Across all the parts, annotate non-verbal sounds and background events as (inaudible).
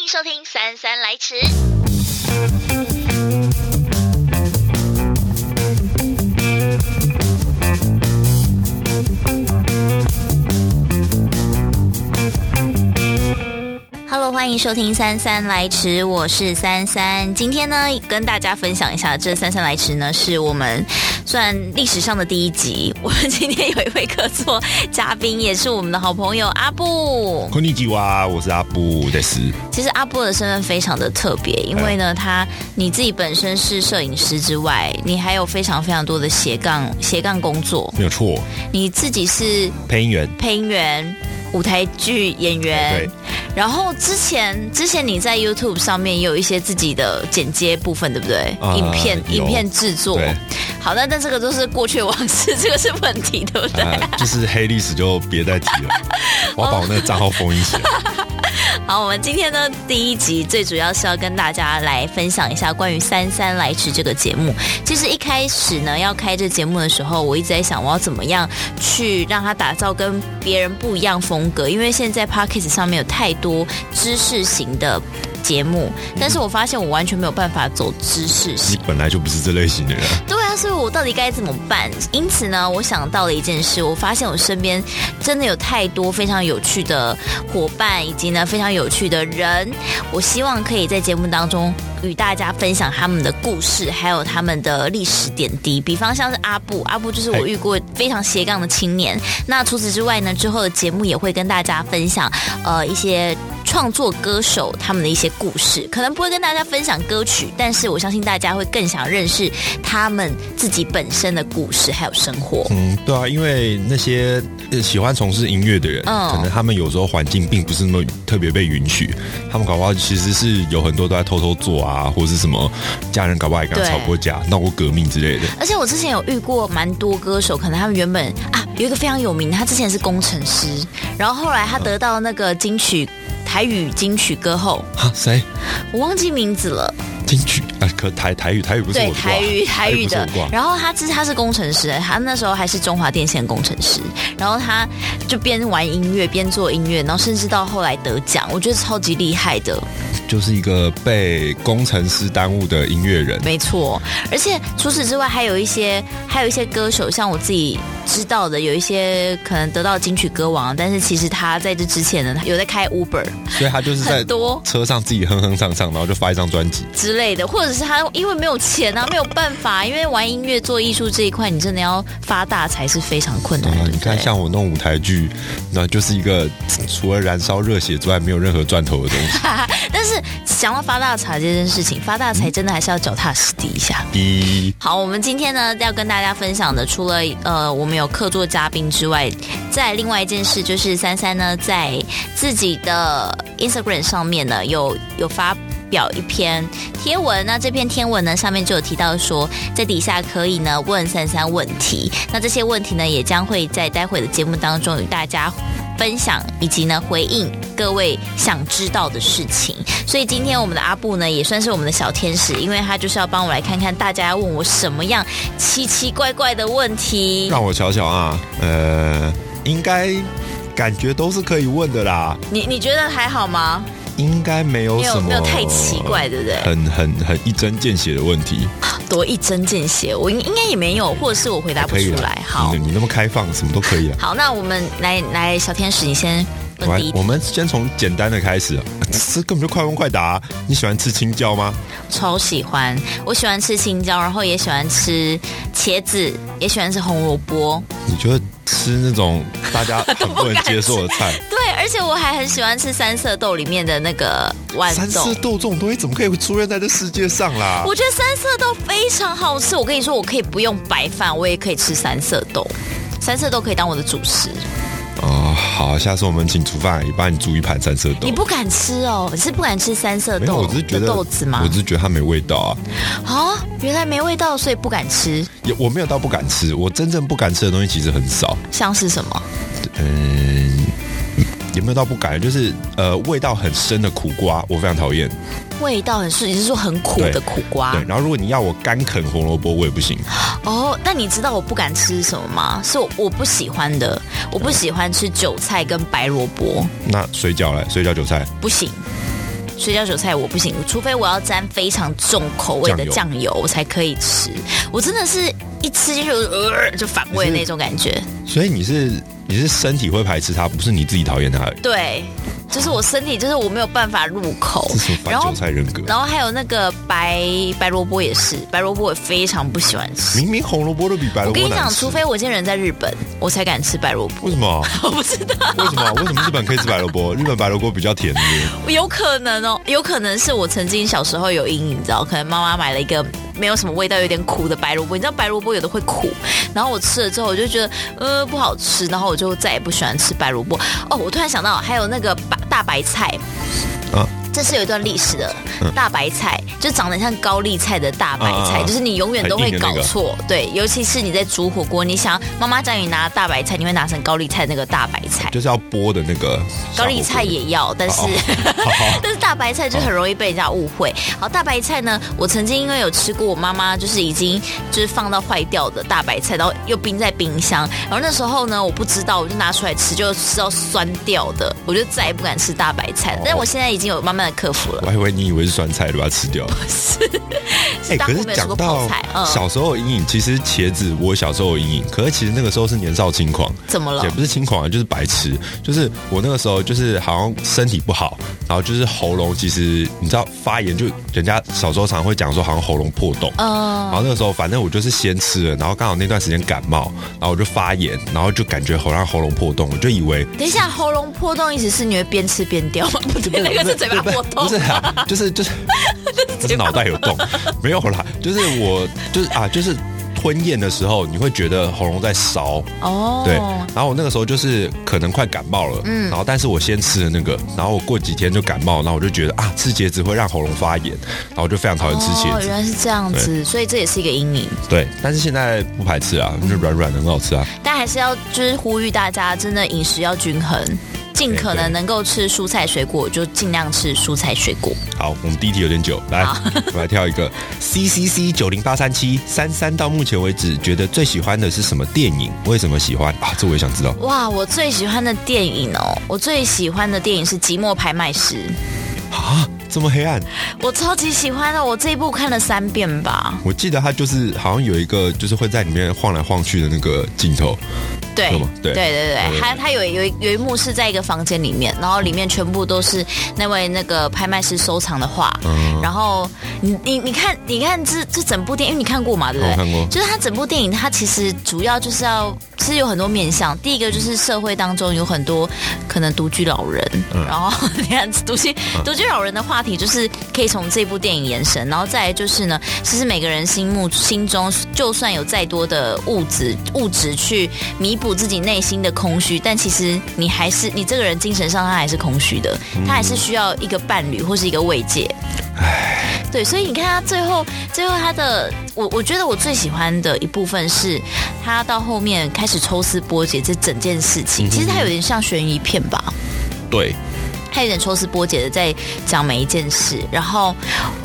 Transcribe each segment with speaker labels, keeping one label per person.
Speaker 1: 迎收听《姗姗来迟》。Hello，欢迎收听《姗姗来迟》，我是三三。今天呢，跟大家分享一下，这《姗姗来迟》呢，是我们算历史上的第一集。我们今天有一位客座嘉宾，也是我们的好朋友阿布。
Speaker 2: こんにちは，我是阿布的斯。
Speaker 1: 其实阿波的身份非常的特别，因
Speaker 2: 哎
Speaker 1: 为呢，他你自己本身是摄影师之外，你还有非常非常多的斜杠斜杠工作。
Speaker 2: 没有错，
Speaker 1: 你自己是
Speaker 2: 配
Speaker 1: (laughs)
Speaker 2: 音员。
Speaker 1: 配音员、舞台剧演员
Speaker 2: 对，
Speaker 1: 然后之前之前你在 YouTube 上面也有一些自己的剪接部分，对不对？
Speaker 2: 啊
Speaker 1: 影片
Speaker 2: 有
Speaker 1: 影片制作
Speaker 2: 对。
Speaker 1: 好的，但这个都是过去往事， (laughs) 这个是问题，对不对？
Speaker 2: 啊，就是黑历史就别再提
Speaker 1: (laughs)
Speaker 2: 了，我要把我那个账号封印起来。
Speaker 1: 好，我们今天呢第一集最主要是要跟大家来分享一下关于《姗姗来迟》这个节目。其实一开始呢要开这节目的时候，我一直在想我要怎么样去让它打造跟别人不一样风格，因为现在 p o d c a s t 上面有太多知识型的节目，但是我发现我完全没有办法走知识型
Speaker 2: 你。本来就不是这类型的人，
Speaker 1: 对啊，所以我到底该怎么办？因此呢，我想到了一件事，我发现我身边真的有太多非常有趣的伙伴，以及呢非常有趣的人。我希望可以在节目当中与大家分享他们的故事，还有他们的历史点滴。比方像是阿布，阿布就是我
Speaker 2: 嗯嘿
Speaker 1: 遇过非常斜杠的青年。那除此之外呢，之后的节目也会跟大家分享呃一些创作歌手他们的一些故事，可能不会跟大家分享歌曲，但是我相信大家会更想认识他们自己本身的故事还有生活。
Speaker 2: 嗯，对啊，因为那些呃喜欢从事音乐的人，
Speaker 1: 嗯
Speaker 2: 可能他们有时候环境并不是那么特别被允许，他们搞不好其实是有很多都在偷偷做啊，或是什么家人搞不好也跟他
Speaker 1: 对
Speaker 2: 吵过架、闹过革命之类的。
Speaker 1: 而且我之前有遇过蛮多歌手，可能他们原本啊有一个非常有名，他之前是工程师，然后后来他得到那个金曲台语金曲歌后，
Speaker 2: 哈，啊谁？
Speaker 1: 我忘记名字了。
Speaker 2: 金曲啊？可台台语台语不是我
Speaker 1: 对
Speaker 2: 的挂
Speaker 1: 台语台语
Speaker 2: 不是
Speaker 1: 的
Speaker 2: 我挂，
Speaker 1: 然后他之他是工程师，他那时候还是中华电线工程师，然后他就边玩音乐边做音乐，然后甚至到后来得奖，我觉得超级厉害的，
Speaker 2: 就是一个被工程师耽误的音乐人。
Speaker 1: 没错。而且除此之外，还有一些还有一些歌手，像我自己知道的，有一些可能得到金曲歌王，但是其实他在这之前呢，有在开 Uber
Speaker 2: 所以他就是在
Speaker 1: 很多
Speaker 2: 车上自己哼哼唱唱，然后就发一张专辑。
Speaker 1: 之类的，或者是他因为没有钱啊，没有办法，因为玩音乐做艺术这一块，你真的要发大财是非常困难
Speaker 2: 啊
Speaker 1: 的。，
Speaker 2: 你看
Speaker 1: 对
Speaker 2: 像我弄舞台剧，然后就是一个除了燃烧热血之外没有任何赚头的东西。
Speaker 1: (laughs) 但是想到发大财这件事情，发大财真的还是要脚踏实地一下。 (laughs)
Speaker 2: 第一，
Speaker 1: 好，我们今天呢要跟大家分享的，除了呃我们有客座嘉宾之外，在另外一件事就是三三呢在自己的 Instagram 上面呢有有发。表一篇贴文，那这篇贴文呢，上面就有提到说，在底下可以呢问三三问题，那这些问题呢，也将会在待会的节目当中与大家分享，以及呢回应各位想知道的事情。所以今天我们的阿布呢，也算是我们的小天使，因为他就是要帮我来看看大家要问我什么样奇奇怪怪的问题。
Speaker 2: 让我瞧瞧啊，呃，应该感觉都是可以问的啦，
Speaker 1: 你你觉得还好吗？
Speaker 2: 应该没有
Speaker 1: 没
Speaker 2: 什
Speaker 1: 有
Speaker 2: 么
Speaker 1: 没有太奇怪，对不对？
Speaker 2: 很很很一针见血的问题，
Speaker 1: 多一针见血，我应应该也没有，或者是我回答不
Speaker 2: 可以
Speaker 1: 出
Speaker 2: 啦
Speaker 1: 来。好
Speaker 2: 你，你那么开放，什么都可以啊。
Speaker 1: 好，那我们来来，小天使，你先问
Speaker 2: 来
Speaker 1: 第一，
Speaker 2: 我们先从简单的开始啊，这根本就快问快答啊、你喜欢吃青椒吗？
Speaker 1: 超喜欢，我喜欢吃青椒，然后也喜欢吃茄子，也喜欢吃红萝卜。
Speaker 2: 你觉得吃那种
Speaker 1: (laughs)
Speaker 2: 大家很不能接受的菜，
Speaker 1: 对，而且我还很喜欢吃三色豆里面的那个豌
Speaker 2: 三
Speaker 1: 豆
Speaker 2: 色。豆这种东西怎么可以出现在这世界上啊啦？
Speaker 1: 我觉得三色豆非常好吃，我跟你说，我可以不用白饭，我也可以吃三色豆。三色豆可以当我的主食，
Speaker 2: 哦，好，下次我们请厨房阿姨帮你煮一盘三色豆
Speaker 1: 你。不敢吃哦？你是不敢吃三色
Speaker 2: 没有，
Speaker 1: 豆
Speaker 2: 我只是
Speaker 1: 的
Speaker 2: 觉得
Speaker 1: 豆子吗
Speaker 2: 我？只是觉得它没味道啊。
Speaker 1: 哦，原来没味道，所以不敢吃。
Speaker 2: 也我没有到不敢吃，我真正不敢吃的东西其实很少。
Speaker 1: 像是什么？
Speaker 2: 嗯，也没有到不敢，就是呃味道很深的苦瓜，我非常讨厌。
Speaker 1: 味道很是，你是说很苦
Speaker 2: 对
Speaker 1: 的苦瓜？
Speaker 2: 对，然后如果你要我干啃红萝卜，我也不行。
Speaker 1: 哦，那你知道我不敢吃什么吗？是我我不喜欢的，我不喜欢吃韭菜跟白萝卜，
Speaker 2: 那水饺嘞，水饺韭菜
Speaker 1: 不行。水饺韭菜我不行，除非我要沾非常重口味的
Speaker 2: 酱
Speaker 1: 酱油，我才可以吃。我真的是一吃进去我就、呃、就反胃那种感觉。
Speaker 2: 所以你是你是身体会排斥它，不是你自己讨厌它而已。
Speaker 1: 对，就是我身体就是我没有办法入口
Speaker 2: 这是什么，
Speaker 1: 然
Speaker 2: 反
Speaker 1: 后
Speaker 2: 韭菜人格？
Speaker 1: 然后还有那个白白萝卜也是，白萝卜我非常不喜欢吃。
Speaker 2: 明明红萝卜都比白萝
Speaker 1: 我
Speaker 2: 卜
Speaker 1: 跟你
Speaker 2: 难
Speaker 1: 讲，
Speaker 2: 吃
Speaker 1: 除非我今天人在日本，我才敢吃白萝卜。
Speaker 2: 为什么？
Speaker 1: 我不知道，
Speaker 2: 为什么？为什么日本可以吃白萝
Speaker 1: (laughs)
Speaker 2: 卜？日本白萝卜比较甜的。
Speaker 1: 有可能哦，有可能是我曾经小时候有阴影，你知道，可能妈妈买了一个没有什么味道、有点苦的白萝卜，你知道白萝卜有的会苦，然后我吃了之后我就觉得呃不好吃，然后我就再也不喜欢吃白萝卜。哦，我突然想到还有那个白大白菜。
Speaker 2: 啊
Speaker 1: 这是有一段历史的，大白菜就长得像高丽菜的大白
Speaker 2: 啊
Speaker 1: 菜，
Speaker 2: 啊啊
Speaker 1: 就是你永远都会
Speaker 2: 很硬的
Speaker 1: 搞
Speaker 2: 那个
Speaker 1: 错，对，尤其是你在煮火锅，你想妈妈叫你拿大白菜，你会拿成高丽菜那个大白菜，
Speaker 2: 就是要剥的那个
Speaker 1: 高丽菜
Speaker 2: 也。
Speaker 1: 也要，但是、 (laughs) 但是大白菜就很容易被人家误会。好，大白菜呢，我曾经因为有吃过，我妈妈就是已经就是放到坏掉的大白菜，然后又冰在冰箱，然后那时候呢，我不知道，我就拿出来吃，就吃到酸掉的，我就再也不敢吃大白菜了。
Speaker 2: 哦
Speaker 1: 但我现在已经有慢慢的克服了。
Speaker 2: 我还以为你以为是酸菜，就把它吃掉。哎、
Speaker 1: 当
Speaker 2: 可
Speaker 1: 我
Speaker 2: 是
Speaker 1: 没有吃
Speaker 2: 讲
Speaker 1: 过
Speaker 2: 到
Speaker 1: 泡菜，嗯，
Speaker 2: 小时候的阴影，其实茄子我小时候有阴影，可是其实那个时候是年少轻狂，
Speaker 1: 怎么了
Speaker 2: 也？不是轻狂啊，就是白痴。就是我那个时候就是好像身体不好，然后就是喉咙其实你知道发炎，就人家小时候常会讲说好像喉咙破洞。然
Speaker 1: 嗯，
Speaker 2: 后那个时候，反正我就是先吃了，然后刚好那段时间感冒，然后我就发炎，然后就感觉好像喉咙破洞，我就以为
Speaker 1: 等一下，喉咙破洞意思是你会边吃边掉
Speaker 2: (laughs)
Speaker 1: 吗？不 (laughs) 对，那个是嘴巴破洞
Speaker 2: 不是。啊，就
Speaker 1: (laughs)
Speaker 2: 是就是，不是脑袋有洞，没有啦，就是我就是啊，就是吞咽的时候，你会觉得喉咙在烧，
Speaker 1: 哦，
Speaker 2: 对，然后我那个时候就是可能快感冒了，嗯，然后但是我先吃了那个，然后我过几天就感冒，然后我就觉得啊，吃茄子会让喉咙发炎，然后我就非常讨厌吃茄
Speaker 1: 哦，
Speaker 2: 子，
Speaker 1: 原来是这样子，所以这也是一个阴影。
Speaker 2: 对，但是现在不排斥啊，就软软的很好吃啊，
Speaker 1: 但还是要就是呼吁大家，真的饮食要均衡，尽可
Speaker 2: 对
Speaker 1: 能
Speaker 2: 对
Speaker 1: 能够吃蔬菜水果就尽量吃蔬菜水果。
Speaker 2: 好，我们第一题有点久，来， (laughs) 我们来跳一个 C C C 九零八三七三三。到目前为止，觉得最喜欢的是什么电影？为什么喜欢啊？这我也想知道。
Speaker 1: 哇，我最喜欢的电影哦，我最喜欢的电影是《寂寞拍卖师
Speaker 2: 啊，这么黑暗？》，
Speaker 1: 我超级喜欢的，我这一部看了三遍吧。
Speaker 2: 我记得它就是好像有一个就是会在里面晃来晃去的那个镜头，
Speaker 1: 对
Speaker 2: 是吗对
Speaker 1: 哦对对对，
Speaker 2: 对
Speaker 1: 他他有有一有一幕是在一个房间里面，然后里面全部都是那位那个拍卖师收藏的画，
Speaker 2: 嗯
Speaker 1: 然后你你你看你看这这整部电影，因为你看过嘛，对不对？
Speaker 2: 我看过
Speaker 1: 就是它整部电影，它其实主要就是要是有很多面向。第一个就是社会当中有很多可能独居老人，然后你看独居独居老人的话题，就是可以从这部电影延伸。然后再来就是呢，其实每个人心目心中，就算有再多的物质物质去弥补自己内心的空虚，但其实你还是你这个人精神上他还是空虚的，他还是需要一个伴侣或是一个慰藉。对，所以你看他最后，最后他的，我我觉得我最喜欢的一部分是他到后面开始抽丝剥茧这整件事情，其实他有点像悬疑片吧，
Speaker 2: 对，
Speaker 1: 他有点抽丝剥茧的在讲每一件事。然后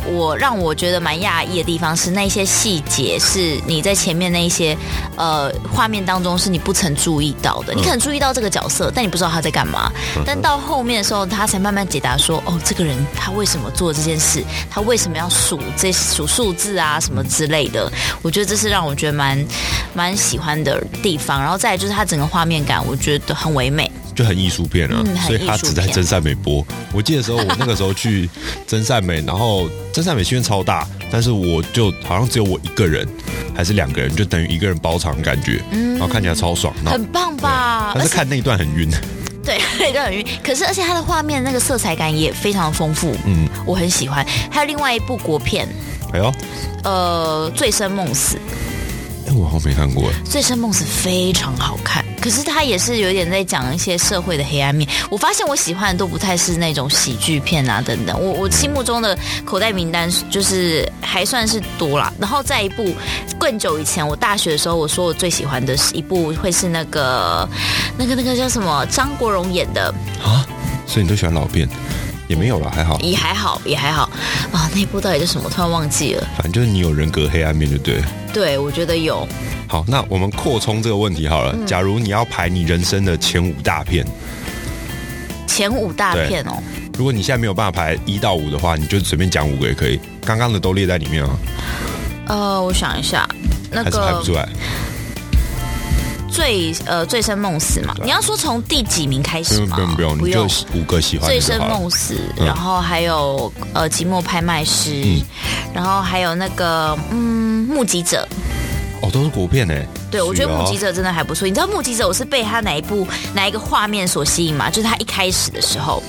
Speaker 1: 我让我觉得蛮讶异的地方是那些细节是你在前面那一些呃画面当中是你不曾注意到的，你可能注意到这个角色，但你不知道他在干嘛。但到后面的时候，他才慢慢解答说，哦，这个人他为什么做这件事，他为什么要数这数数字啊什么之类的。我觉得这是让我觉得蛮蛮喜欢的地方。然后再来就是他整个画面感，我觉得很唯美。
Speaker 2: 就很艺术片啊，
Speaker 1: 嗯很
Speaker 2: 所以它
Speaker 1: 艺术
Speaker 2: 只在
Speaker 1: 片
Speaker 2: 真善美播。我记得时候，我那个
Speaker 1: (laughs)
Speaker 2: 时候去真善美，然后真善美戏院超大，但是我就好像只有我一个人，还是两个人，就等于一个人包场的感觉，
Speaker 1: 嗯
Speaker 2: 然后看起来超爽。然后
Speaker 1: 很棒吧？
Speaker 2: 但是看那一段哦很晕，
Speaker 1: 对， (laughs) 都很晕。可是，而且它的画面那个色彩感也非常丰富，
Speaker 2: 嗯，
Speaker 1: 我很喜欢。还有另外一部国片，
Speaker 2: 哎呦，
Speaker 1: 呃，《醉生梦死》，
Speaker 2: 哎，我好像没看过哎。
Speaker 1: 《醉生梦死》非常好看。可是它也是有点在讲一些社会的黑暗面。我发现我喜欢的都不太是那种喜剧片啊等等。我我心目中的口袋名单就是还算是多啦。然后再一部更久以前，我大学的时候，我说我最喜欢的是一部会是那个那个那个叫什么张国荣演的
Speaker 2: 啊，所以你都喜欢老片，也没有了，还好，
Speaker 1: 也还好，也还好啊。那一部到底是什么？突然忘记了。
Speaker 2: 反正就是你有人格黑暗面就对了。
Speaker 1: 对，我觉得有
Speaker 2: 好，那我们扩充这个问题好
Speaker 1: 嗯
Speaker 2: 了。假如你要排你人生的前五大片，
Speaker 1: 前五大片哦。
Speaker 2: 如如果你现在没有办法排一到五的话，你就随便讲五个也可以。刚刚的都列在里面啊，
Speaker 1: 呃，我想一下，那
Speaker 2: 还是排
Speaker 1: 个
Speaker 2: 不出来。
Speaker 1: 醉呃醉生梦死嘛，
Speaker 2: 对
Speaker 1: 你要说从第几名开
Speaker 2: 不
Speaker 1: 始
Speaker 2: 用
Speaker 1: 吗？
Speaker 2: 不用不用，你就五个喜欢
Speaker 1: 醉
Speaker 2: 的就
Speaker 1: 生
Speaker 2: 好了。
Speaker 1: 梦死，
Speaker 2: 嗯
Speaker 1: 然后还有呃寂寞拍卖师，然后还有那个嗯目击者。
Speaker 2: 哦，都是国片哎、
Speaker 1: 对，我觉得《目击
Speaker 2: 者
Speaker 1: 者》真的还不错。你知道《目击者》我是被他哪一部哪一个画面所吸引吗？就是他一开始的时候，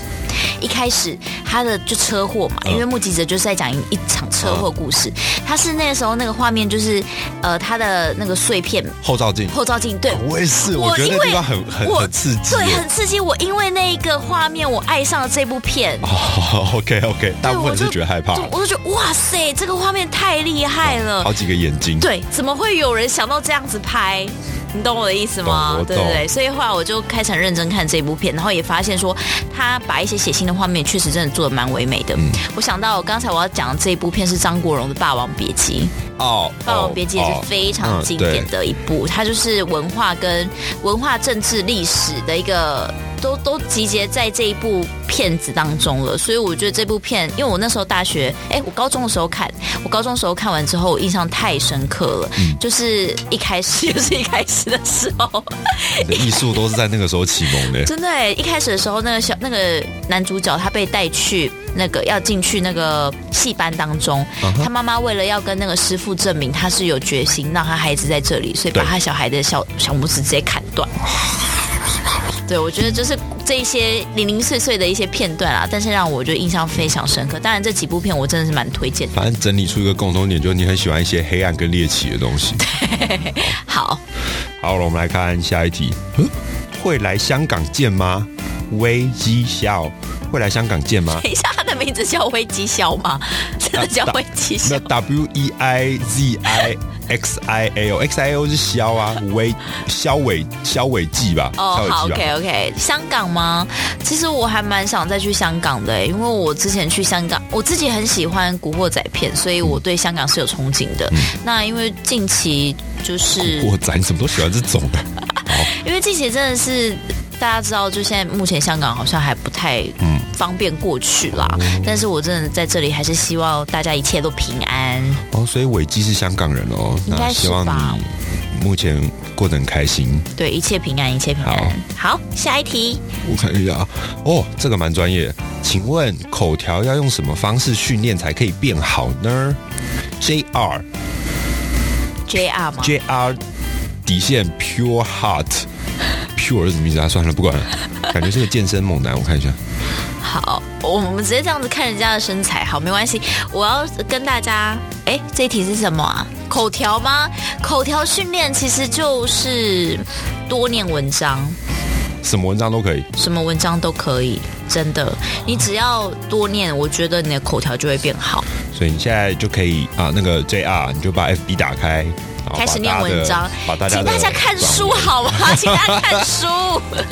Speaker 1: 一开始他的就车祸嘛，
Speaker 2: 嗯
Speaker 1: 因为《目击者》就是在讲一一场车祸故事。他是那个时候那个画面就是呃他的那个碎片
Speaker 2: 后照镜，
Speaker 1: 后照镜，对
Speaker 2: 我也是，
Speaker 1: 我
Speaker 2: 我觉得
Speaker 1: 因
Speaker 2: 那
Speaker 1: 为
Speaker 2: 地方很很
Speaker 1: 我
Speaker 2: 很刺激
Speaker 1: 对，
Speaker 2: 耶。
Speaker 1: 很刺激。我因为那一个画面，我爱上了这部片。
Speaker 2: (laughs) 哦，OK OK，大部分人是觉得害怕
Speaker 1: 对，，我就觉得哇塞，这个画面太厉害了。
Speaker 2: 好几个眼睛。
Speaker 1: 对，怎么会有人想到这样子拍？你懂我的意思吗
Speaker 2: 懂？我
Speaker 1: 对对
Speaker 2: 懂
Speaker 1: 对，所以后来我就开始很认真看这部片，然后也发现说，他把一些血腥的画面确实真的做的蛮唯美的。
Speaker 2: 嗯
Speaker 1: 我想到我刚才我要讲的这一部片是张国荣的《霸王别姬》，
Speaker 2: 哦，
Speaker 1: 《霸王别姬》也
Speaker 2: 哦嗯
Speaker 1: 是非常经典的一部，它就是文化跟文化、政治、历史的一个。都都集结在这一部片子当中了，所以我觉得这部片，因为我那时候大学，哎、我高中的时候看，我高中的时候看完之后，我印象太深刻了，就是一开始， (laughs) 又是一开始的时候，
Speaker 2: 你的艺术都是在那个时候启蒙的。
Speaker 1: (laughs) 真的耶，一开始的时候，那个小那个男主角他被带去那个要进去那个戏班当中
Speaker 2: 嗯哼
Speaker 1: 他妈妈为了要跟那个师傅证明他是有决心让他孩子在这里，所以把
Speaker 2: 对
Speaker 1: 他小孩的小小拇指直接砍
Speaker 2: (laughs)
Speaker 1: 断。对，我觉得就是这一些零零碎碎的一些片段啊，但是让我就印象非常深刻。当然，这几部片我真的是蛮推荐的。
Speaker 2: 反正整理出一个共同点，就是你很喜欢一些黑暗跟猎奇的东西。
Speaker 1: 好，
Speaker 2: 好了，我们来看下一题。嗯会来香港见吗？微讥笑，会来香港见吗？
Speaker 1: 等一下，他的名字叫微讥笑吗？真的 (laughs) 叫微讥笑
Speaker 2: 那？W E I Z I X I A O X I A O 是肖啊，微肖伟肖伟记吧？
Speaker 1: 哦，好
Speaker 2: 肖伟记吧。
Speaker 1: ，OK OK，香港吗？其实我还蛮想再去香港的欸，因为我之前去香港，我自己很喜欢古惑仔片，所以我对香港是有憧憬的。那因为近期就是
Speaker 2: 我嗯仔，你怎么都喜欢这种的？
Speaker 1: 因为近期真的是。大家知道，就现在目前香港好像还不太
Speaker 2: 嗯
Speaker 1: 方便过去啦。
Speaker 2: 哦
Speaker 1: 但是我真的在这里还是希望大家一切都平安。
Speaker 2: 哦，所以伟基是香港人哦，
Speaker 1: 应
Speaker 2: 那
Speaker 1: 该
Speaker 2: 希
Speaker 1: 是
Speaker 2: 望
Speaker 1: 吧
Speaker 2: 你目前过得很开心。
Speaker 1: 对，一切平安，一切平安。好，下一题。
Speaker 2: 我看一下，哦，这个蛮专业。请问口条要用什么方式训练才可以变好呢？J R
Speaker 1: JR 吗
Speaker 2: J R 底线 Pure Heart Pure 是什么意思啊？算了，不管了，感觉是个健身猛男。我看一下，
Speaker 1: 好，我们直接这样子看人家的身材，好，没关系。我要跟大家，哎，这一题是什么啊？口条吗？口条训练其实就是多念文章，
Speaker 2: 什么文章都可以。
Speaker 1: 什么文章都可以，真的，你只要多念，我觉得你的口条就会变好。
Speaker 2: 所以你现在就可以啊，那个 J R 你就把 F B 打开，然后
Speaker 1: 开始
Speaker 2: 把
Speaker 1: 念
Speaker 2: 大家的
Speaker 1: 文章
Speaker 2: 把，大家
Speaker 1: 请
Speaker 2: 的
Speaker 1: 大家看书好吗？请大家看书。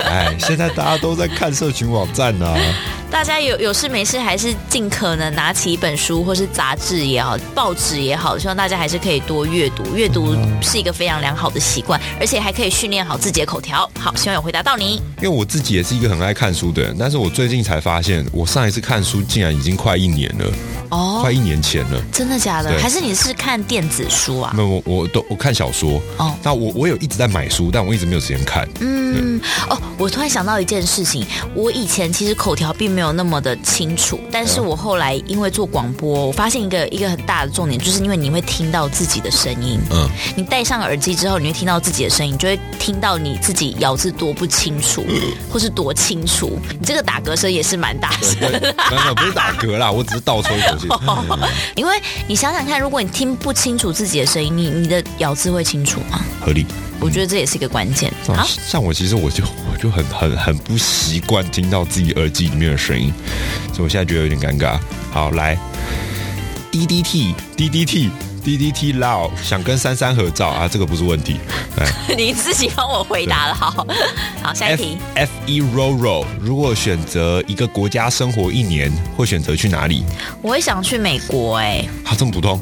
Speaker 2: 哎，现在大家都在看社群网站啊呢、
Speaker 1: 大家有有事没事，还是尽可能拿起一本书或是杂志也好，报纸也好，希望大家还是可以多阅读。阅读是一个非常良好的习惯，而且还可以训练好自己的口条。好，希望有回答到你。
Speaker 2: 因为我自己也是一个很爱看书的人，但是我最近才发现，我上一次看书竟然已经快一年了，
Speaker 1: 哦
Speaker 2: 快，一年前了。
Speaker 1: 真的假的？
Speaker 2: 对
Speaker 1: 还是你是看电子书啊？
Speaker 2: 那我我都我看小说
Speaker 1: 哦
Speaker 2: 那我我有一直在买书，但我一直没有时间看。
Speaker 1: 嗯，哦，我突然想到一件事情，我以前其实口条并没有那么的清楚，但
Speaker 2: 嗯
Speaker 1: 是我后来因为做广播，我发现一个一个很大的重点，就是因为你会听到自己的声音。
Speaker 2: 嗯，
Speaker 1: 你戴上耳机之后，你会听到自己的声音，你就会听到你自己咬字多不清楚，
Speaker 2: 嗯
Speaker 1: 或是多清楚。你这个打嗝声也是蛮大声
Speaker 2: (laughs) 没有没有不是打嗝啦，我只是倒抽一口气。
Speaker 1: 哦因为你想想看，如果你听不清楚自己的声音，你你的咬字会清楚吗？
Speaker 2: 合理。
Speaker 1: 我觉得这也是一个关键。
Speaker 2: 嗯
Speaker 1: 好， (laughs)
Speaker 2: 像我其实我就 (laughs) 我就很很很不习惯听到自己耳机里面的声音，所以我现在觉得有点尴尬。好，来，D D T D D T D D T Lau 想跟珊珊合照啊，这个不是问题。哎。
Speaker 1: 你自己帮我回答了。好，好，下一
Speaker 2: F
Speaker 1: 题。
Speaker 2: F E Roro，如果选择一个国家生活一年，会选择去哪里？
Speaker 1: 我会想去美国、哎，
Speaker 2: 啊，这么普通？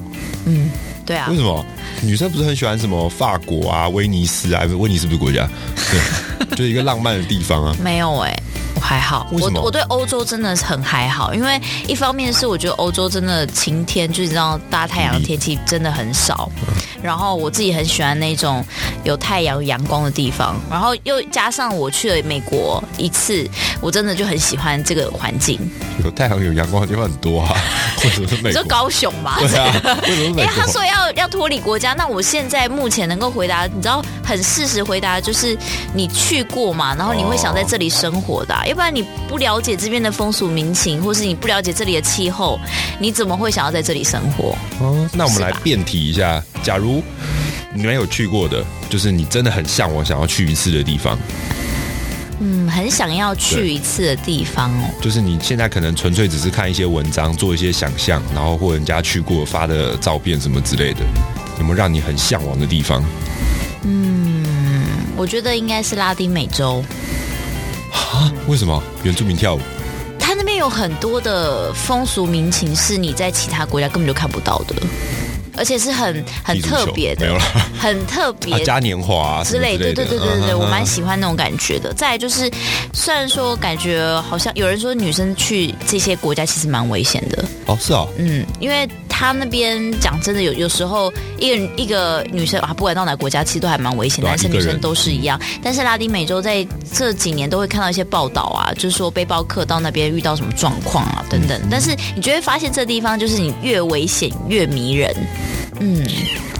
Speaker 1: 对啊
Speaker 2: 为，什么？女生不是很喜欢什么法
Speaker 1: (laughs)
Speaker 2: 国啊、威尼斯啊？威尼斯不是国家，对，就是一个浪漫的地方啊。
Speaker 1: 没有哎、还好，
Speaker 2: 为
Speaker 1: 我
Speaker 2: 什么
Speaker 1: 我对欧洲真的是很还好，因为一方面是我觉得欧洲真的晴天，就是你知道大太阳的天气真的很少，
Speaker 2: 嗯
Speaker 1: 然后我自己很喜欢那种有太阳阳光的地方，然后又加上我去了美国一次，我真的就很喜欢这个环境。
Speaker 2: 有太阳有阳光的地方很
Speaker 1: (laughs)
Speaker 2: 多啊，为什么是美
Speaker 1: 你说
Speaker 2: 国？
Speaker 1: 高雄吗？
Speaker 2: 对啊，为什么是
Speaker 1: 因为
Speaker 2: 美
Speaker 1: 哎他
Speaker 2: 国？
Speaker 1: 说要要脱离国家，那我现在目前能够回答，你知道很适时回答就是你去过嘛，然后你会想在这里生活的啊、要不然你不了解这边的风俗民情，或是你不了解这里的气候，你怎么会想要在这里生活？
Speaker 2: 哦那我们来
Speaker 1: 是吧
Speaker 2: 辩题一下，假如你没有去过的，就是你真的很向往想要去一次的地方，
Speaker 1: 嗯，很想要去
Speaker 2: 对
Speaker 1: 一次的地方哦。
Speaker 2: 就是你现在可能纯粹只是看一些文章，做一些想象，然后或人家去过发的照片什么之类的，有没有让你很向往的地方？
Speaker 1: 我觉得应该是拉丁美洲，
Speaker 2: 为什么原住民跳舞？
Speaker 1: 它那边有很多的风俗民情是你在其他国家根本就看不到的，而且是很很
Speaker 2: 踢足球
Speaker 1: 特别
Speaker 2: 没有
Speaker 1: 的
Speaker 2: 啦，
Speaker 1: 很特
Speaker 2: 啊
Speaker 1: 别，
Speaker 2: (laughs) 嘉年华、啊、什
Speaker 1: 之
Speaker 2: 么
Speaker 1: 类，
Speaker 2: 类
Speaker 1: 对对
Speaker 2: 的。
Speaker 1: 对对对对，
Speaker 2: 嗯
Speaker 1: 我蛮喜欢那种感觉的。再来就是，虽然说感觉好像有人说女生去这些国家其实蛮危险的，
Speaker 2: 哦，是哦，
Speaker 1: 嗯，因为他那边讲真的有有时候一个一个女生啊，不管到哪国家，其实都还蛮危险，
Speaker 2: 对啊
Speaker 1: 男生
Speaker 2: 一个
Speaker 1: 女生
Speaker 2: 人
Speaker 1: 都是一样。但是拉丁美洲在这几年都会看到一些报道啊，就是说背包客到那边遇到什么状况啊等等。
Speaker 2: 嗯
Speaker 1: 但是你就会发现这地方就是你越危险越迷人，嗯。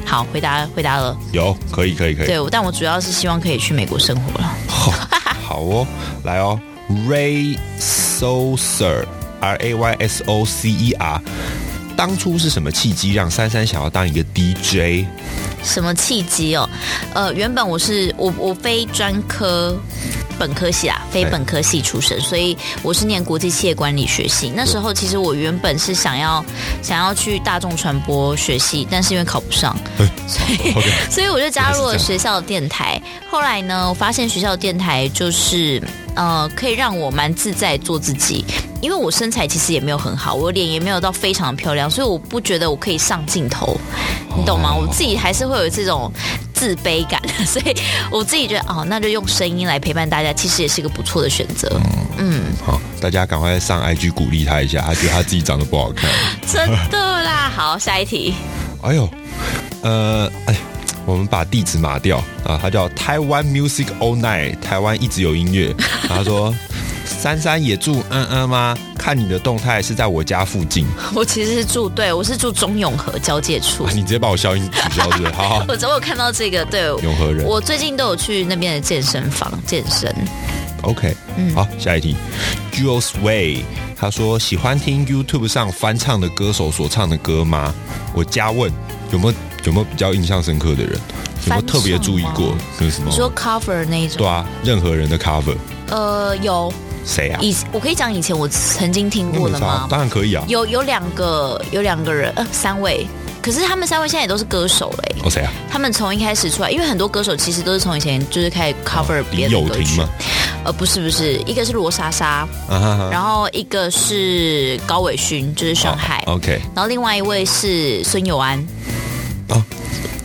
Speaker 1: 好，回答回答了。
Speaker 2: 有可以可以可以，
Speaker 1: 对，但我主要是希望可以去美国生活了。
Speaker 2: 好哦，来哦，Ray Socer R A Y S O C E R，当初是什么契机让珊珊想要当一个 DJ？
Speaker 1: 什么契机哦？呃，原本我是我我非专科。本科系啊，非本科系出身，所以我是念国际企业管理学系。那时候其实我原本是想要想要去大众传播学系，但是因为考不上，所以
Speaker 2: OK
Speaker 1: 所以我就加入
Speaker 2: 原
Speaker 1: 了
Speaker 2: 来是这样
Speaker 1: 学校的电台。后来呢，我发现学校的电台就是呃，可以让我蛮自在做自己，因为我身材其实也没有很好，我脸也没有到非常漂亮，所以我不觉得我可以上镜头。你懂吗？
Speaker 2: 哦
Speaker 1: 我自己还是会有这种自卑感， (laughs) 所以我自己觉得哦，那就用声音来陪伴大家，其实也是一个不错的选择。
Speaker 2: 好，大家赶快上 IG 鼓励他一下，他觉得他自己长得不好看。
Speaker 1: 真的啦，好，下一题。
Speaker 2: 哎呦，呃，哎，我们把地址码掉啊，他叫台湾 Music All Night，台湾一直有音乐。然后他说，珊珊也住嗯嗯吗？看你的动态是在我家附近
Speaker 1: (laughs) 我其实是住，对我是住中永和交界处
Speaker 2: (laughs) 啊，。你直接把我消音取消是不是？
Speaker 1: (laughs)
Speaker 2: 好好，
Speaker 1: 我只有看到这个，对，
Speaker 2: 永和人
Speaker 1: 我最近都有去那边的健身房健身。
Speaker 2: ，OK，好，
Speaker 1: 嗯
Speaker 2: 下一题，Jules Way。他说：“喜欢听 YouTube 上翻唱的歌手所唱的歌吗？”我加问：有没有有没有比较印象深刻的人？有没有特别注意过
Speaker 1: 翻？
Speaker 2: 有什么
Speaker 1: 你？说 cover 那一
Speaker 2: 对
Speaker 1: 种？
Speaker 2: 啊，任何人的 cover，
Speaker 1: 呃，有
Speaker 2: 谁啊？
Speaker 1: 以我可以讲以前我曾经听
Speaker 2: 那
Speaker 1: 过
Speaker 2: 没
Speaker 1: 的
Speaker 2: 差
Speaker 1: 吗？
Speaker 2: 当然可以啊。
Speaker 1: 有有两个有两个人，呃，三位，可是他们三位现在也都是歌手嘞、
Speaker 2: 哦，谁啊？
Speaker 1: 他们从一开始出来，因为很多歌手其实都是从以前就是开始 cover 别
Speaker 2: 哦李
Speaker 1: 的
Speaker 2: 友
Speaker 1: 歌
Speaker 2: 廷
Speaker 1: 曲
Speaker 2: 吗，？
Speaker 1: 呃，不是不是，一个是罗莎莎，
Speaker 2: 啊哈哈。
Speaker 1: 然后一个是高伟勋，就是上海，
Speaker 2: 哦 OK，
Speaker 1: 然后另外一位是孙友安，
Speaker 2: 哦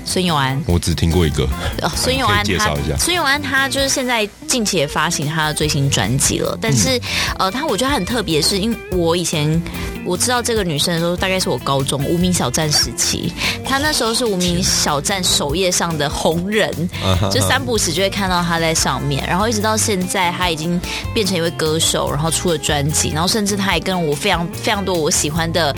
Speaker 1: 孙友安，
Speaker 2: 我只听过一个。
Speaker 1: 呃，孙永安
Speaker 2: 可以介
Speaker 1: 他
Speaker 2: 绍一下
Speaker 1: 孙永安他就是现在近期也发行他的最新专辑了，但是、
Speaker 2: 嗯
Speaker 1: 呃，他我觉得他很特别，是因为我以前我知道这个女生的时候，大概是我高中无名小站时期，她那时候是无名小站首页上的红人，
Speaker 2: 啊
Speaker 1: 就三不时就会看到她在上面，然后一直到现在，她已经变成一位歌手，然后出了专辑，然后甚至她还跟我非常非常多我喜欢的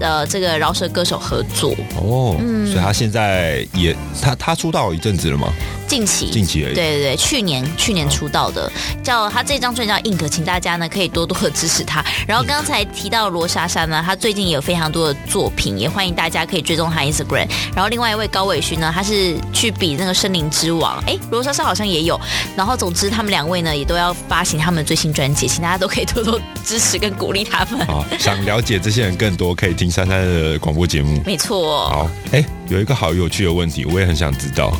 Speaker 1: 呃这个饶舌歌手合作，
Speaker 2: 哦，
Speaker 1: 嗯
Speaker 2: 所以他现在也他他出道一阵子了吗？
Speaker 1: 近期，
Speaker 2: 近期而已
Speaker 1: 对对对，去年去年出道的，叫他这张专辑叫《Ink》，请大家呢可以多多的支持他。然后刚才提到罗莎莎呢，她最近也有非常多的作品，也欢迎大家可以追踪她 Instagram。然后另外一位高伟勋呢，他是去比那个《森林之王》，哎，罗莎莎好像也有。然后总之他们两位呢也都要发行他们最新专辑，请大家都可以多多支持跟鼓励他们。
Speaker 2: 啊，想了解这些人更多，可以听珊珊的广播节目。
Speaker 1: 没错、
Speaker 2: 好，哎、有一个好有趣的问题，我也很想知道。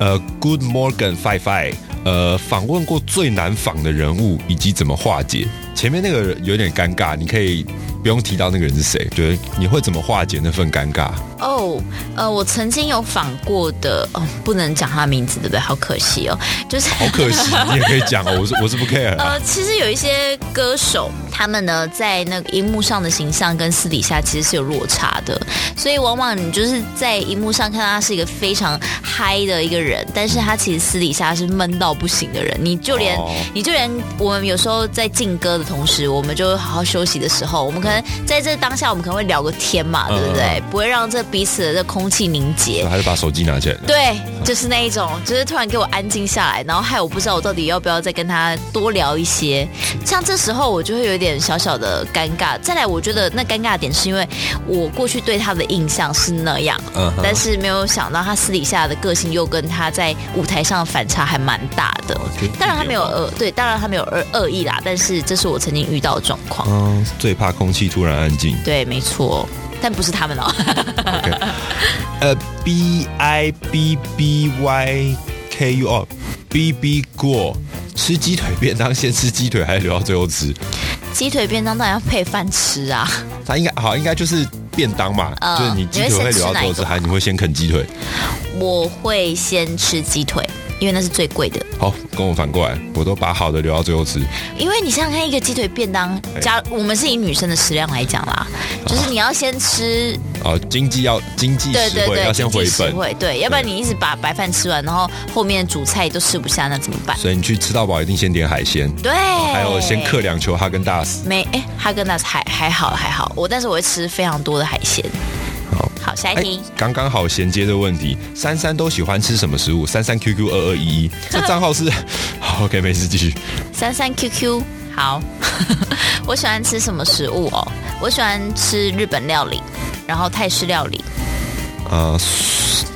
Speaker 2: 呃，Good Morgan Five Five，呃，访问过最难访的人物以及怎么化解？前面那个人有点尴尬，你可以不用提到那个人是谁，就是你会怎么化解那份尴尬？
Speaker 1: 哦，呃，我曾经有访过的，哦，不能讲他名字，对不对？好可惜哦，就是
Speaker 2: 好可惜，你也可以讲哦，我是我是不 care 啊。
Speaker 1: 呃，其实有一些歌手，他们呢在那个荧幕上的形象跟私底下其实是有落差的，所以往往你就是在荧幕上看到他是一个非常嗨的一个人，但是他其实私底下是闷到不行的人。你就连、
Speaker 2: 哦
Speaker 1: 你就连我们有时候在进歌的同时，我们就好好休息的时候，我们可能在这当下，我们可能会聊个天嘛，对不对？不会让这彼此的这空气凝结
Speaker 2: 然后。他就把手机拿起来，
Speaker 1: 呃对，就是那一种，就是突然给我安静下来，然后害我不知道我到底要不要再跟他多聊一些。像这时候我就会有点小小的尴尬。再来，我觉得那尴尬的点是因为我过去对他的印象是那样，
Speaker 2: 嗯哼
Speaker 1: 但是没有想到他私底下的个性又跟他在舞台上的反差还蛮大的。
Speaker 2: OK，
Speaker 1: 当然他没有恶，对，当然他没有恶恶意啦，但是这是我曾经遇到的状况。
Speaker 2: 嗯，最怕空气突然安静。
Speaker 1: 对，没错，但不是他们哦。
Speaker 2: 呃，B I B B Y K U 哦，B B 过吃鸡腿便当，先吃鸡腿还是留到最后吃？
Speaker 1: 鸡腿便当当然要配饭吃啊。
Speaker 2: 他应该好，应该就是便当嘛，
Speaker 1: 嗯
Speaker 2: 就是你鸡腿会留到最后
Speaker 1: 你会先吃哪一
Speaker 2: 吃，
Speaker 1: 个
Speaker 2: 还是你会先啃鸡腿？
Speaker 1: 我会先吃鸡腿，因为那是最贵的。
Speaker 2: 好，跟我反过来，我都把好的留到最后吃。
Speaker 1: 因为你想想看，一个鸡腿便当
Speaker 2: 哎，
Speaker 1: 加我们是以女生的食量来讲啦，就是你要先吃，
Speaker 2: 哦，经济要经济
Speaker 1: 对
Speaker 2: 实
Speaker 1: 对
Speaker 2: 惠，要
Speaker 1: 对，
Speaker 2: 先
Speaker 1: 经
Speaker 2: 回
Speaker 1: 济实
Speaker 2: 本。
Speaker 1: 惠，对，要不然你一直把白饭吃完，然后后面主菜都吃不下，那怎么办？
Speaker 2: 所以你去吃到饱一定先点海鲜，
Speaker 1: 对，
Speaker 2: 哦还有先克两球哈根达斯。
Speaker 1: 没哎，哈根达斯还还好还好，我但是我会吃非常多的海鲜。
Speaker 2: 好，
Speaker 1: 好，下一
Speaker 2: 哎
Speaker 1: 题。，
Speaker 2: 刚刚好衔接的问题，珊珊都喜欢吃什么食物？珊珊 QQ 二
Speaker 1: (laughs)
Speaker 2: 二一一，这账号是 (laughs) 好 OK，没事，继续。
Speaker 1: 三三 QQ，好， (laughs) 我喜欢吃什么食物哦？我喜欢吃日本料理，然后泰式料理。
Speaker 2: 呃，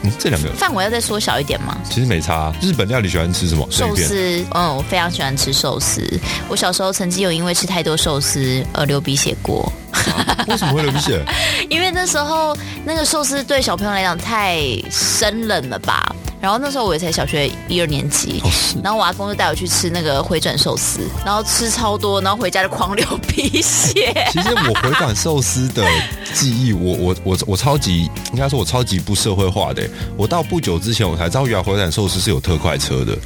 Speaker 2: 嗯这两个
Speaker 1: 范围要再缩小一点吗？
Speaker 2: 其实没差。啊日本料理喜欢吃什么？
Speaker 1: 寿
Speaker 2: 随便。
Speaker 1: 司，嗯，我非常喜欢吃寿司。我小时候曾经有因为吃太多寿司而流鼻血过， (laughs)
Speaker 2: 为什么会流鼻血？
Speaker 1: 因为那时候那个寿司对小朋友来讲太生冷了吧。然后那时候我也才小学一二年级，
Speaker 2: 哦
Speaker 1: 然后我阿公就带我去吃那个回转寿司，然后吃超多，然后回家就狂流鼻血。
Speaker 2: (laughs) 其实我回转寿司的记忆，我我我我超级应该说，我超级不社会化的欸。我到不久之前，我才知道原来回转寿司是有特快车的。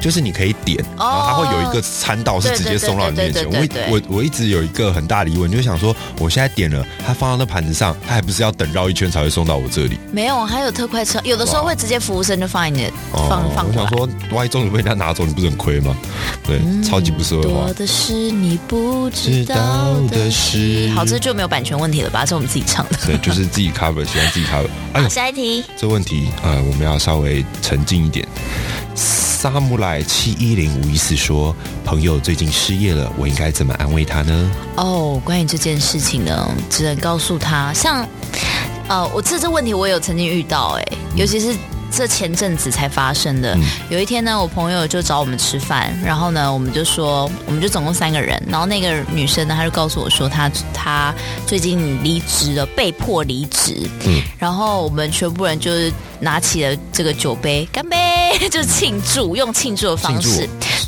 Speaker 2: 就是你可以点，然后它会有一个餐道是直接送到你面前。
Speaker 1: 哦对
Speaker 2: 我
Speaker 1: 对对对
Speaker 2: 一
Speaker 1: 对对
Speaker 2: 我我一直有一个很大的疑问，就是想说，我现在点了，它放到那盘子上，它还不是要等绕一圈才会送到我这里？
Speaker 1: 没有，还有特快车，有的时候会直接服务生就放在你的放放
Speaker 2: 哦
Speaker 1: 过
Speaker 2: 我想
Speaker 1: 来。
Speaker 2: 说，万一中途被人家拿走，你不是很亏吗？对，超级不社会化
Speaker 1: 多。的是你不知道的事
Speaker 2: 知道的事。
Speaker 1: 好，这就没有版权问题了吧？这我们自己唱的。
Speaker 2: 对，就是自己 cover，喜欢自己 cover。哎
Speaker 1: (laughs)
Speaker 2: 呦，
Speaker 1: 下一题，
Speaker 2: 这问题呃，我们要稍微沉静一点。萨姆莱七一零五一四说：“朋友最近失业了，我应该怎么安慰他呢
Speaker 1: 哦，关于这件事情呢，只能告诉他，像呃，我这这问题我有曾经遇到、
Speaker 2: 嗯
Speaker 1: 哎，尤其是。这前阵子才发生的。有一天呢，我朋友就找我们吃饭，然后呢，我们就说，我们就总共三个人。然后那个女生呢，她就告诉我说她，她最近离职了，被迫离职。
Speaker 2: 嗯
Speaker 1: 然后我们全部人就是拿起了这个酒杯，干杯， (laughs) 就庆祝，用庆祝的？”
Speaker 2: 庆
Speaker 1: 方
Speaker 2: 祝
Speaker 1: 式。
Speaker 2: 是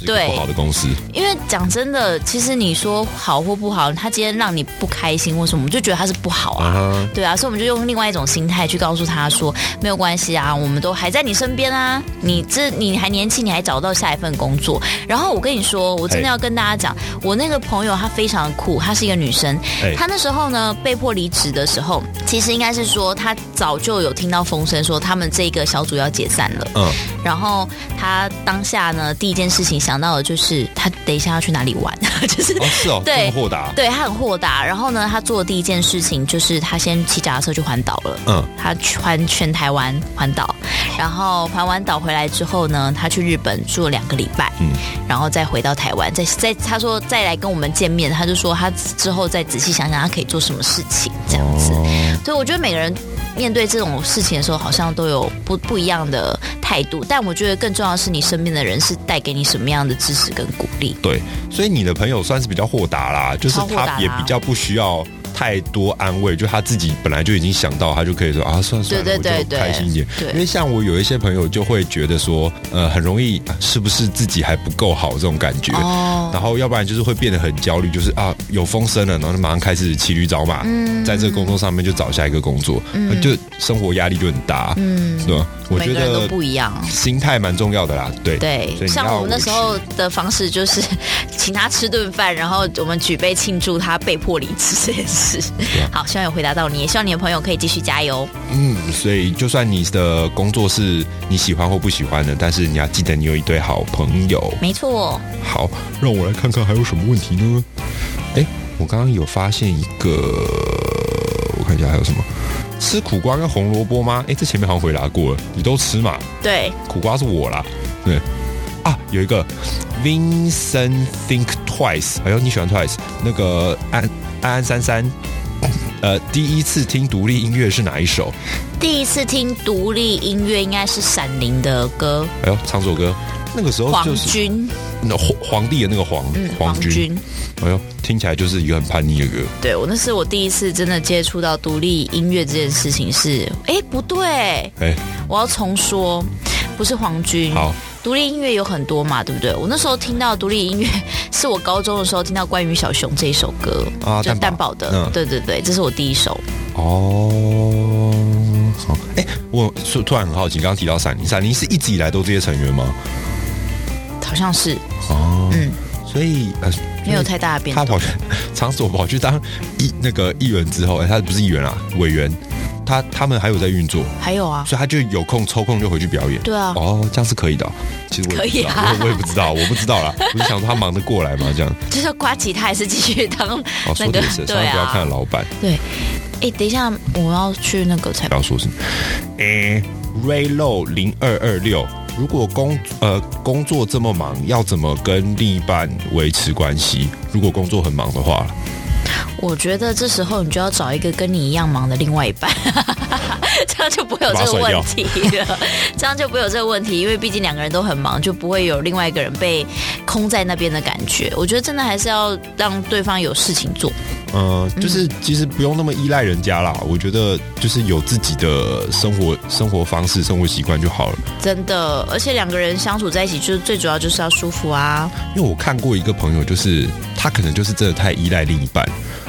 Speaker 2: 一个
Speaker 1: 对
Speaker 2: 不好的公司，
Speaker 1: 因为讲真的，其实你说好或不好，他今天让你不开心或什么，我们就觉得他是不好啊。
Speaker 2: 啊
Speaker 1: 对啊，所以我们就用另外一种心态去告诉他说，没有关系啊，我们都还在你身边啊，你这你还年轻，你还找到下一份工作。然后我跟你说，我真的
Speaker 2: 嘿
Speaker 1: 要跟大家讲，我那个朋友她非常酷，她是一个女生，
Speaker 2: 嘿
Speaker 1: 她那时候呢被迫离职的时候，其实应该是说她早就有听到风声说他们这个小组要解散了。
Speaker 2: 嗯，
Speaker 1: 然后他当下呢，第一件事情想到的就是他等一下要去哪里玩， (laughs) 就是。
Speaker 2: 哦是哦，这
Speaker 1: 对
Speaker 2: 么豁达，
Speaker 1: 对他很豁达，然后呢，他做的第一件事情就是他先骑脚踏车去环岛了，
Speaker 2: 嗯，
Speaker 1: 他去环全台湾环岛，然后环完岛回来之后呢，他去日本住了两个礼拜，
Speaker 2: 嗯
Speaker 1: 然后再回到台湾，再再他说再来跟我们见面，他就说他之后再仔细想想他可以做什么事情这样子，
Speaker 2: 哦，
Speaker 1: 所以我觉得每个人面对这种事情的时候，好像都有不不一样的态度。但我觉得更重要的是，你身边的人是带给你什么样的支持跟鼓励。
Speaker 2: 对，所以你的朋友算是比较豁达啦，就是
Speaker 1: 超豁达
Speaker 2: 他
Speaker 1: 啦
Speaker 2: 也比较不需要太多安慰，就他自己本来就已经想到，他就可以说啊，算了算
Speaker 1: 对
Speaker 2: 了，
Speaker 1: 对
Speaker 2: 我
Speaker 1: 对
Speaker 2: 就开心一点。
Speaker 1: 对
Speaker 2: 因为像我有一些朋友就会觉得说，呃，很容易啊是不是自己还不够好这种感觉，
Speaker 1: 哦
Speaker 2: 然后要不然就是会变得很焦虑，就是啊有风声了，然后就马上开始骑驴找马，
Speaker 1: 嗯
Speaker 2: 在这个工作上面就找下一个工作，就生活压力就很大，嗯，是吧？我
Speaker 1: 每
Speaker 2: 觉
Speaker 1: 个人都
Speaker 2: 得
Speaker 1: 不一样。
Speaker 2: 心态蛮重要的啦，对所以
Speaker 1: 对，
Speaker 2: 你
Speaker 1: 像
Speaker 2: 要
Speaker 1: 我们那时候的方式就是请他吃顿饭，然后我们举杯庆祝他被迫离职这件事
Speaker 2: 啊。
Speaker 1: 好，希望有回答到你，也希望你的朋友可以继续加油。
Speaker 2: 嗯，所以就算你的工作是你喜欢或不喜欢的，但是你要记得你有一对好朋友。
Speaker 1: 没错，
Speaker 2: 好，让我来看看还有什么问题呢？哎，我刚刚有发现一个，我看一下还有什么。哎吃苦瓜跟红萝卜吗？哎，这前面好像回答过了，你都吃嘛？
Speaker 1: 对，
Speaker 2: 苦瓜是我啦，对啊，有一个 Vincent Think Twice，哎呦，你喜欢 Twice 那个安安安三三，呃，第一次听独立音乐是哪一首？
Speaker 1: 第一次听独立音乐应该是闪灵的歌，
Speaker 2: 哎呦，唱这首歌，那个时候
Speaker 1: 《
Speaker 2: 哦就
Speaker 1: 皇
Speaker 2: 是
Speaker 1: 军》。
Speaker 2: 那皇皇帝的那个皇、
Speaker 1: 嗯，
Speaker 2: 皇军，哎呦，听起来就是一个很叛逆的歌。
Speaker 1: 对我那是我第一次真的接触到独立音乐这件事情是，哎，不对，
Speaker 2: 哎，
Speaker 1: 我要重说，不是皇军。
Speaker 2: 好，
Speaker 1: 独立音乐有很多嘛，对不对？我那时候听到独立音乐，是我高中的时候听到《关于小熊》这一首歌，
Speaker 2: 啊
Speaker 1: 就
Speaker 2: 蛋堡
Speaker 1: 蛋堡的，
Speaker 2: 嗯
Speaker 1: 对对对，这是我第一首。
Speaker 2: 哦，好，哎，我突突然很好奇，刚刚提到闪灵，闪灵是一直以来都这些成员吗？
Speaker 1: 好像是
Speaker 2: 哦，
Speaker 1: 嗯
Speaker 2: 所以呃，
Speaker 1: 没有太大的变
Speaker 2: 嗯他
Speaker 1: 动，
Speaker 2: 跑去 (laughs) 长所跑去当议那个议员之后，哎、他不是议员啊，委员，他他们还有在运作，
Speaker 1: 还有啊，
Speaker 2: 所以他就有空抽空就回去表演。
Speaker 1: 对啊，
Speaker 2: 哦，这样是可以的哦、其实我也不知道
Speaker 1: 可以啊
Speaker 2: 我我也不知道，我不知道
Speaker 1: (laughs)
Speaker 2: 啦。我就想说他忙得过来嘛，这样。
Speaker 1: 就是瓜吉他还是继续当
Speaker 2: 哦，
Speaker 1: 那
Speaker 2: 说
Speaker 1: 个
Speaker 2: 的也是，，
Speaker 1: (laughs)
Speaker 2: 千
Speaker 1: 对
Speaker 2: 万不要看
Speaker 1: 啊，
Speaker 2: 老板，
Speaker 1: 对。哎，等一下，我要去那个采
Speaker 2: 不
Speaker 1: 访。
Speaker 2: 要说什么。诶 r a y l o 零二二六，如果工呃工作这么忙，要怎么跟另一半维持关系？如果工作很忙的话，
Speaker 1: 我觉得这时候你就要找一个跟你一样忙的另外一半， (laughs) 这样就不会有这个问题了。 (laughs) 这样就不会有这个问题，因为毕竟两个人都很忙，就不会有另外一个人被空在那边的感觉。我觉得真的还是要让对方有事情做。
Speaker 2: 嗯，就是其实不用那么依赖人家啦。我觉得就是有自己的生活生活方式、生活习惯就好了。
Speaker 1: 真的，而且两个人相处在一起，就是最主要就是要舒服啊。
Speaker 2: 因为我看过一个朋友，就是他可能就是真的太依赖另一半，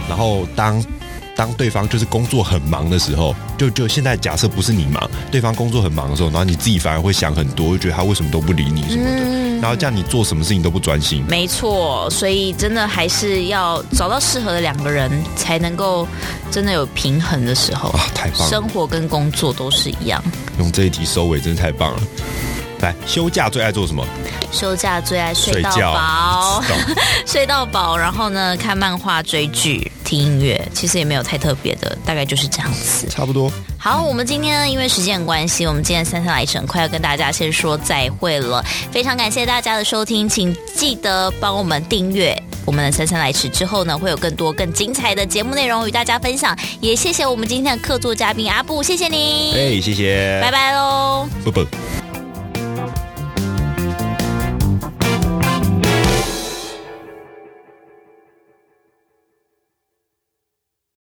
Speaker 2: 然后当当对方就是工作很忙的时候，就就现在假设不是你忙，对方工作很忙的时候，然后你自己反而会想很多，就觉得他为什么都不理你什么的，
Speaker 1: 嗯
Speaker 2: 然后这样你做什么事情都不专心。
Speaker 1: 没错，所以真的还是要找到适合的两个人，才能够真的有平衡的时候。
Speaker 2: 啊，太棒了！
Speaker 1: 生活跟工作都是一样。
Speaker 2: 用这一题收尾真的太棒了。来，休假最爱做什么？
Speaker 1: 休假最爱睡
Speaker 2: 睡
Speaker 1: 到
Speaker 2: 觉。啊
Speaker 1: 饱， (laughs)
Speaker 2: 知道
Speaker 1: 睡到饱，然后呢看漫画、追剧、听音乐，其实也没有太特别的，大概就是这样子。
Speaker 2: 差
Speaker 1: (laughs)
Speaker 2: 不多。
Speaker 1: 好，我们今天呢，因为时间关系，我们今天三三来一整快要跟大家先说再会了。非常感谢大家的收听，请记得帮我们订阅我们的三三来迟之后呢，会有更多更精彩的节目内容与大家分享。也谢谢我们今天的客座嘉宾阿布，谢谢你，
Speaker 2: 哎，谢谢。
Speaker 1: 拜拜喽。
Speaker 2: 不不。